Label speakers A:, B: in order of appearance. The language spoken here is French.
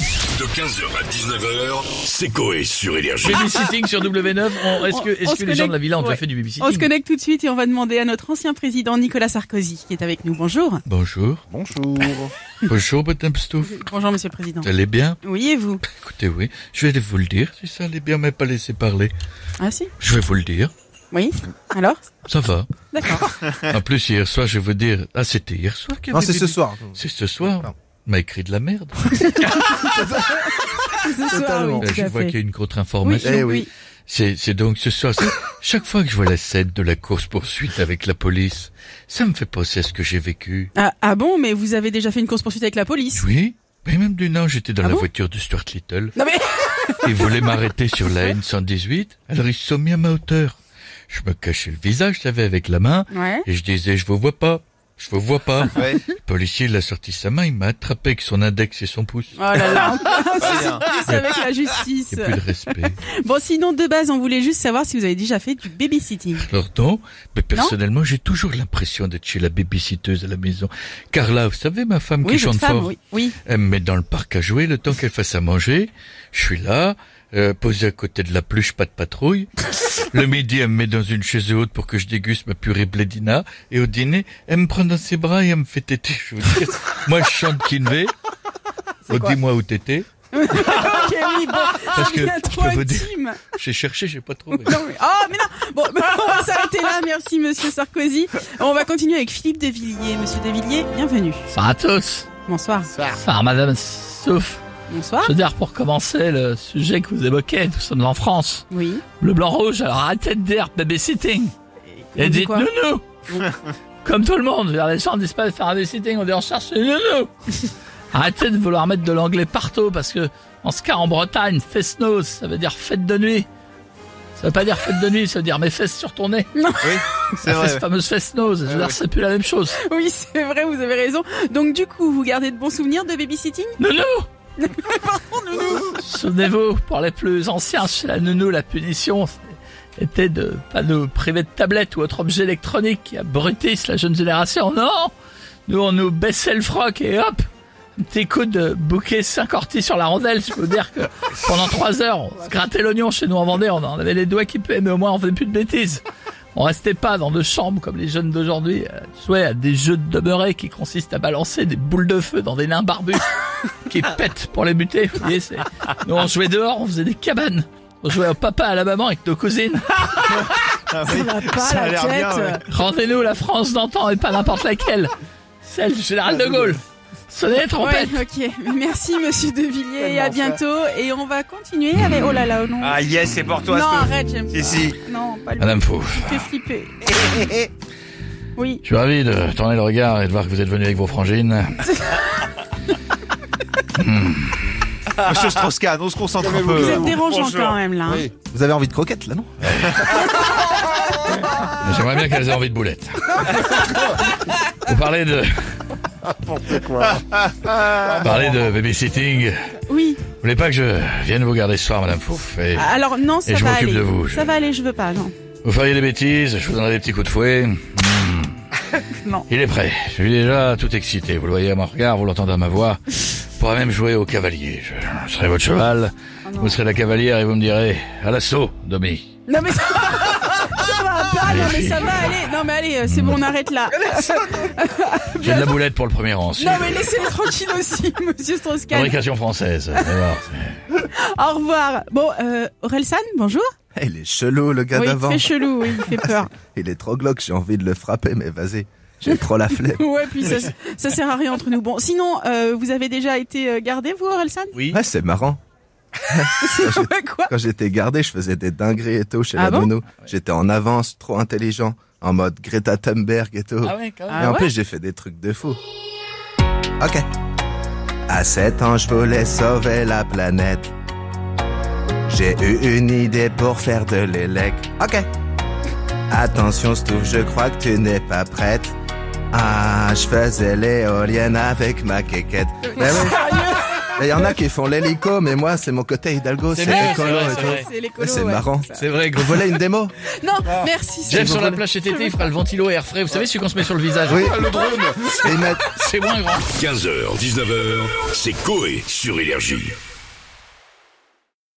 A: De 15h à 19h, c'est Coé sur Énergie.
B: Babysitting sur W9. on- Est-ce
C: On-
B: que, est-ce
C: on
B: que
C: se
B: les gens de la
C: connecte,
B: villa ont déjà
C: ouais.
B: fait du babysitting
C: On se connecte tout de suite et on va demander à notre ancien président Nicolas Sarkozy qui est avec nous. Bonjour.
B: Bonjour.
D: Bonjour.
B: Bonjour, Madame Stouff.
C: Bonjour Monsieur le Président.
B: Vous allez bien
C: Oui et vous
B: Écoutez, oui. Je vais vous le dire. Si ça allait bien, mais pas laisser parler.
C: Ah si
B: Je vais vous le dire.
C: Oui Alors
B: Ça va.
C: D'accord.
B: En plus, hier soir, je vais vous dire. Ah, c'était hier soir qu'il y
D: Non,
B: avait
D: c'est
B: des-
D: ce soir.
B: C'est ce soir.
D: Non.
B: M'a écrit de la merde.
C: Ce soir,
D: Totalement.
C: oui,
B: Euh,
C: tout
B: Je
C: à
B: vois
C: fait.
B: qu'il y a une
C: Oui,
B: contre-information.
D: Eh
C: oui.
D: oui.
B: C'est, c'est donc ce soir. c'est- Chaque fois que je vois la scène de la course-poursuite avec la police, ça me fait penser à ce que j'ai vécu.
C: Ah, ah bon, mais vous avez déjà fait une course poursuite avec la police
B: Oui. Mais même du non, j'étais dans
C: Ah
B: la
C: bon
B: voiture de Stuart Little.
C: Non mais
B: Ils voulaient m'arrêter sur la N118, alors ils se sont mis à ma hauteur. Je me cachais le visage, je savais, avec la main,
C: Ouais.
B: et je disais, je vous vois pas, je vous vois pas.
D: Ouais.
B: Le policier, il a sorti sa main, il m'a attrapé avec son index et son pouce.
C: Oh là là,
D: Pas bien.
C: plus avec la justice.
B: hein. Il n'y a plus de respect.
C: Bon, sinon, de base, on voulait juste savoir si vous avez déjà fait du babysitting.
B: Alors non, mais personnellement, j'ai toujours l'impression d'être chez la babysitteuse à la maison. Car là, vous savez, ma femme
C: Oui,
B: qui
C: votre
B: chante
C: femme,
B: fort,
C: oui. Oui.
B: elle me met Euh, dans le parc à jouer, le temps qu'elle fasse à manger, je suis là, euh, posé à côté de la pluche, pas de patrouille. Le midi, elle me met dans une chaise haute pour que je déguste ma purée blédina. Et au dîner, elle me prend dans ses bras et elle me fait téter. Je vous dis, moi, je chante Kinvey. Oh, dis-moi où t'étais.
C: ok, oui, bon.
B: Parce que
C: bien
B: je
C: trop
B: peux vous dire-
C: intime.
B: J'ai cherché, j'ai pas trouvé.
C: Non, mais... Oh, mais non Bon, bah, on va s'arrêter là. Merci, monsieur Sarkozy. On va continuer avec Philippe Devilliers. Monsieur Devilliers, bienvenue.
E: Bonsoir à tous.
C: Bonsoir.
E: Bonsoir Madame Souf.
C: Bonsoir.
E: Je veux dire, pour commencer, le sujet que vous évoquez, nous sommes en France.
C: Oui.
E: Le blanc-rouge, alors arrêtez de dire babysitting.
C: on
E: Et
C: dit
E: dites
C: quoi
E: nounou. Comme tout le monde, je veux dire, les gens disent pas de faire un babysitting, on dit on cherche les nounou. arrêtez de vouloir mettre de l'anglais partout, parce que, en ce cas, en Bretagne, fesnos, ça veut dire fête de nuit. Ça veut pas dire fête de nuit, ça veut dire mes fesses sur ton nez.
D: Oui, c'est
E: La
D: vrai.
E: fesse- fameuse fesse nose, je veux dire,
D: oui.
E: c'est plus la même chose.
C: Oui, c'est vrai, vous avez raison. Donc, du coup, vous gardez de bons souvenirs de babysitting
E: Nounou Souvenez-vous, pour les plus anciens, chez la nounou, la punition était de pas nous priver de tablettes ou autre objet électronique qui abrutisse la jeune génération. Non Nous, on nous baissait le froc et hop un petit coup de bouquet 5 orties sur la rondelle, je peux vous dire que pendant 3 heures, on se grattait l'oignon chez nous en Vendée, on en avait les doigts qui puaient, mais au moins on faisait plus de bêtises. On restait pas dans deux chambres comme les jeunes d'aujourd'hui, euh, jouaient à des jeux de demeurés qui consistent à balancer des boules de feu dans des nains barbus qui pètent pour les buter. Vous voyez, c'est- nous on jouait dehors, on faisait des cabanes. On jouait au papa à la maman avec nos cousines.
D: Ah oui,
C: va pas,
D: ça a
C: la
D: l'air bien.
C: tête.
D: ouais.
E: Rendez-nous la France d'antan et pas n'importe laquelle. Celle du général de Gaulle. Sonnez les trompettes.
C: Ouais, ok. Merci, monsieur Devilliers. Et à
D: Tellement
C: bientôt. Et on va continuer avec. Oh là là, oh non.
D: Ah yes, c'est pour toi.
C: non,
D: Stouff.
C: arrête, j'aime
D: Si,
C: pas.
D: si.
C: Non, pas le.
B: Madame Fou,
C: Je fais flipper. Oui.
B: je suis ravi de tourner le regard et de voir que vous êtes venu avec vos frangines.
D: Monsieur Strauss-Kahn, on se concentre un peu.
C: Vous êtes dérangeant quand même, là. hein.
D: Vous avez envie de croquettes là, non
B: J'aimerais bien qu'elles aient envie de boulettes. Vous parlez de... Vous parlez de babysitting.
C: Oui.
B: Vous voulez pas que je vienne vous garder ce soir, Madame Fouf et
C: Alors, non, ça
B: Et je
C: va
B: m'occupe
C: aller.
B: de vous, je-
C: Ça va aller, je veux pas, non.
B: Vous feriez des bêtises, je vous donnerai des petits coups de fouet. Hmm.
C: Non.
B: Il est prêt. Je suis déjà tout excité. Vous le voyez à mon regard, vous l'entendez à ma voix. On pourra même jouer au cavalier. Je, je serai votre cheval,
C: Oh
B: vous serez la cavalière et vous me direz à l'assaut, Domi.
C: Non, mais ça va. Ça va pas, non, mais ça va aller. Non, mais allez, euh, c'est bon, on arrête là.
B: J'ai de la boulette pour le premier rang. si
C: Non,
B: vous
C: mais
B: voulez.
C: laissez-les tranquilles aussi, monsieur Strauss-Kahn.
B: Fabrication française. Vous allez voir, c'est-
C: Au revoir. Bon, euh, Aurel San, bonjour.
D: Il est chelou le gars
C: oui,
D: d'avant.
C: très chelou, oui, il fait peur.
D: Il est trop glauque, j'ai envie de le frapper, mais vas-y, j'ai trop la flemme.
C: Ouais, puis ça, ça sert à rien entre nous. Bon, sinon, euh, vous avez déjà été euh, gardé, vous, Aurel San
B: Oui.
D: Ouais, c'est marrant.
C: Quoi
D: Quand j'étais gardé, je faisais des dingueries et tout chez
C: Ah
D: la
C: bon
D: nounou. J'étais en avance, trop intelligent, en mode Greta Thunberg et tout.
E: ouais, quand
D: et
C: Ah
D: en
C: ouais
D: plus, j'ai fait des trucs de fou. Ok. À 7 ans, je voulais sauver la planète. J'ai eu une idée pour faire de l'élec. Ok. Attention, Stouff, je crois que tu n'es pas prête. Ah, je faisais l'éolienne avec ma quéquette. Mais oui. Il y en a qui font l'hélico, mais moi, c'est mon côté Hidalgo, c'est
B: vrai,
D: écolo
B: c'est vrai,
D: et
B: c'est
D: tout.
B: vrai.
C: C'est l'écolo,
D: C'est
C: ouais.
D: marrant.
B: C'est vrai.
D: Vous voulez une démo
C: Non, merci. c'est
B: Jeff sur la
C: bon.
B: plage cet été, il fera le ventilo et air frais. Vous savez celui qu'on se met sur le visage.
D: Oui.
B: Ah, Le drone.
D: Et mettre-
B: C'est moins grand.
A: 15h, 19h, c'est Coé sur Énergie.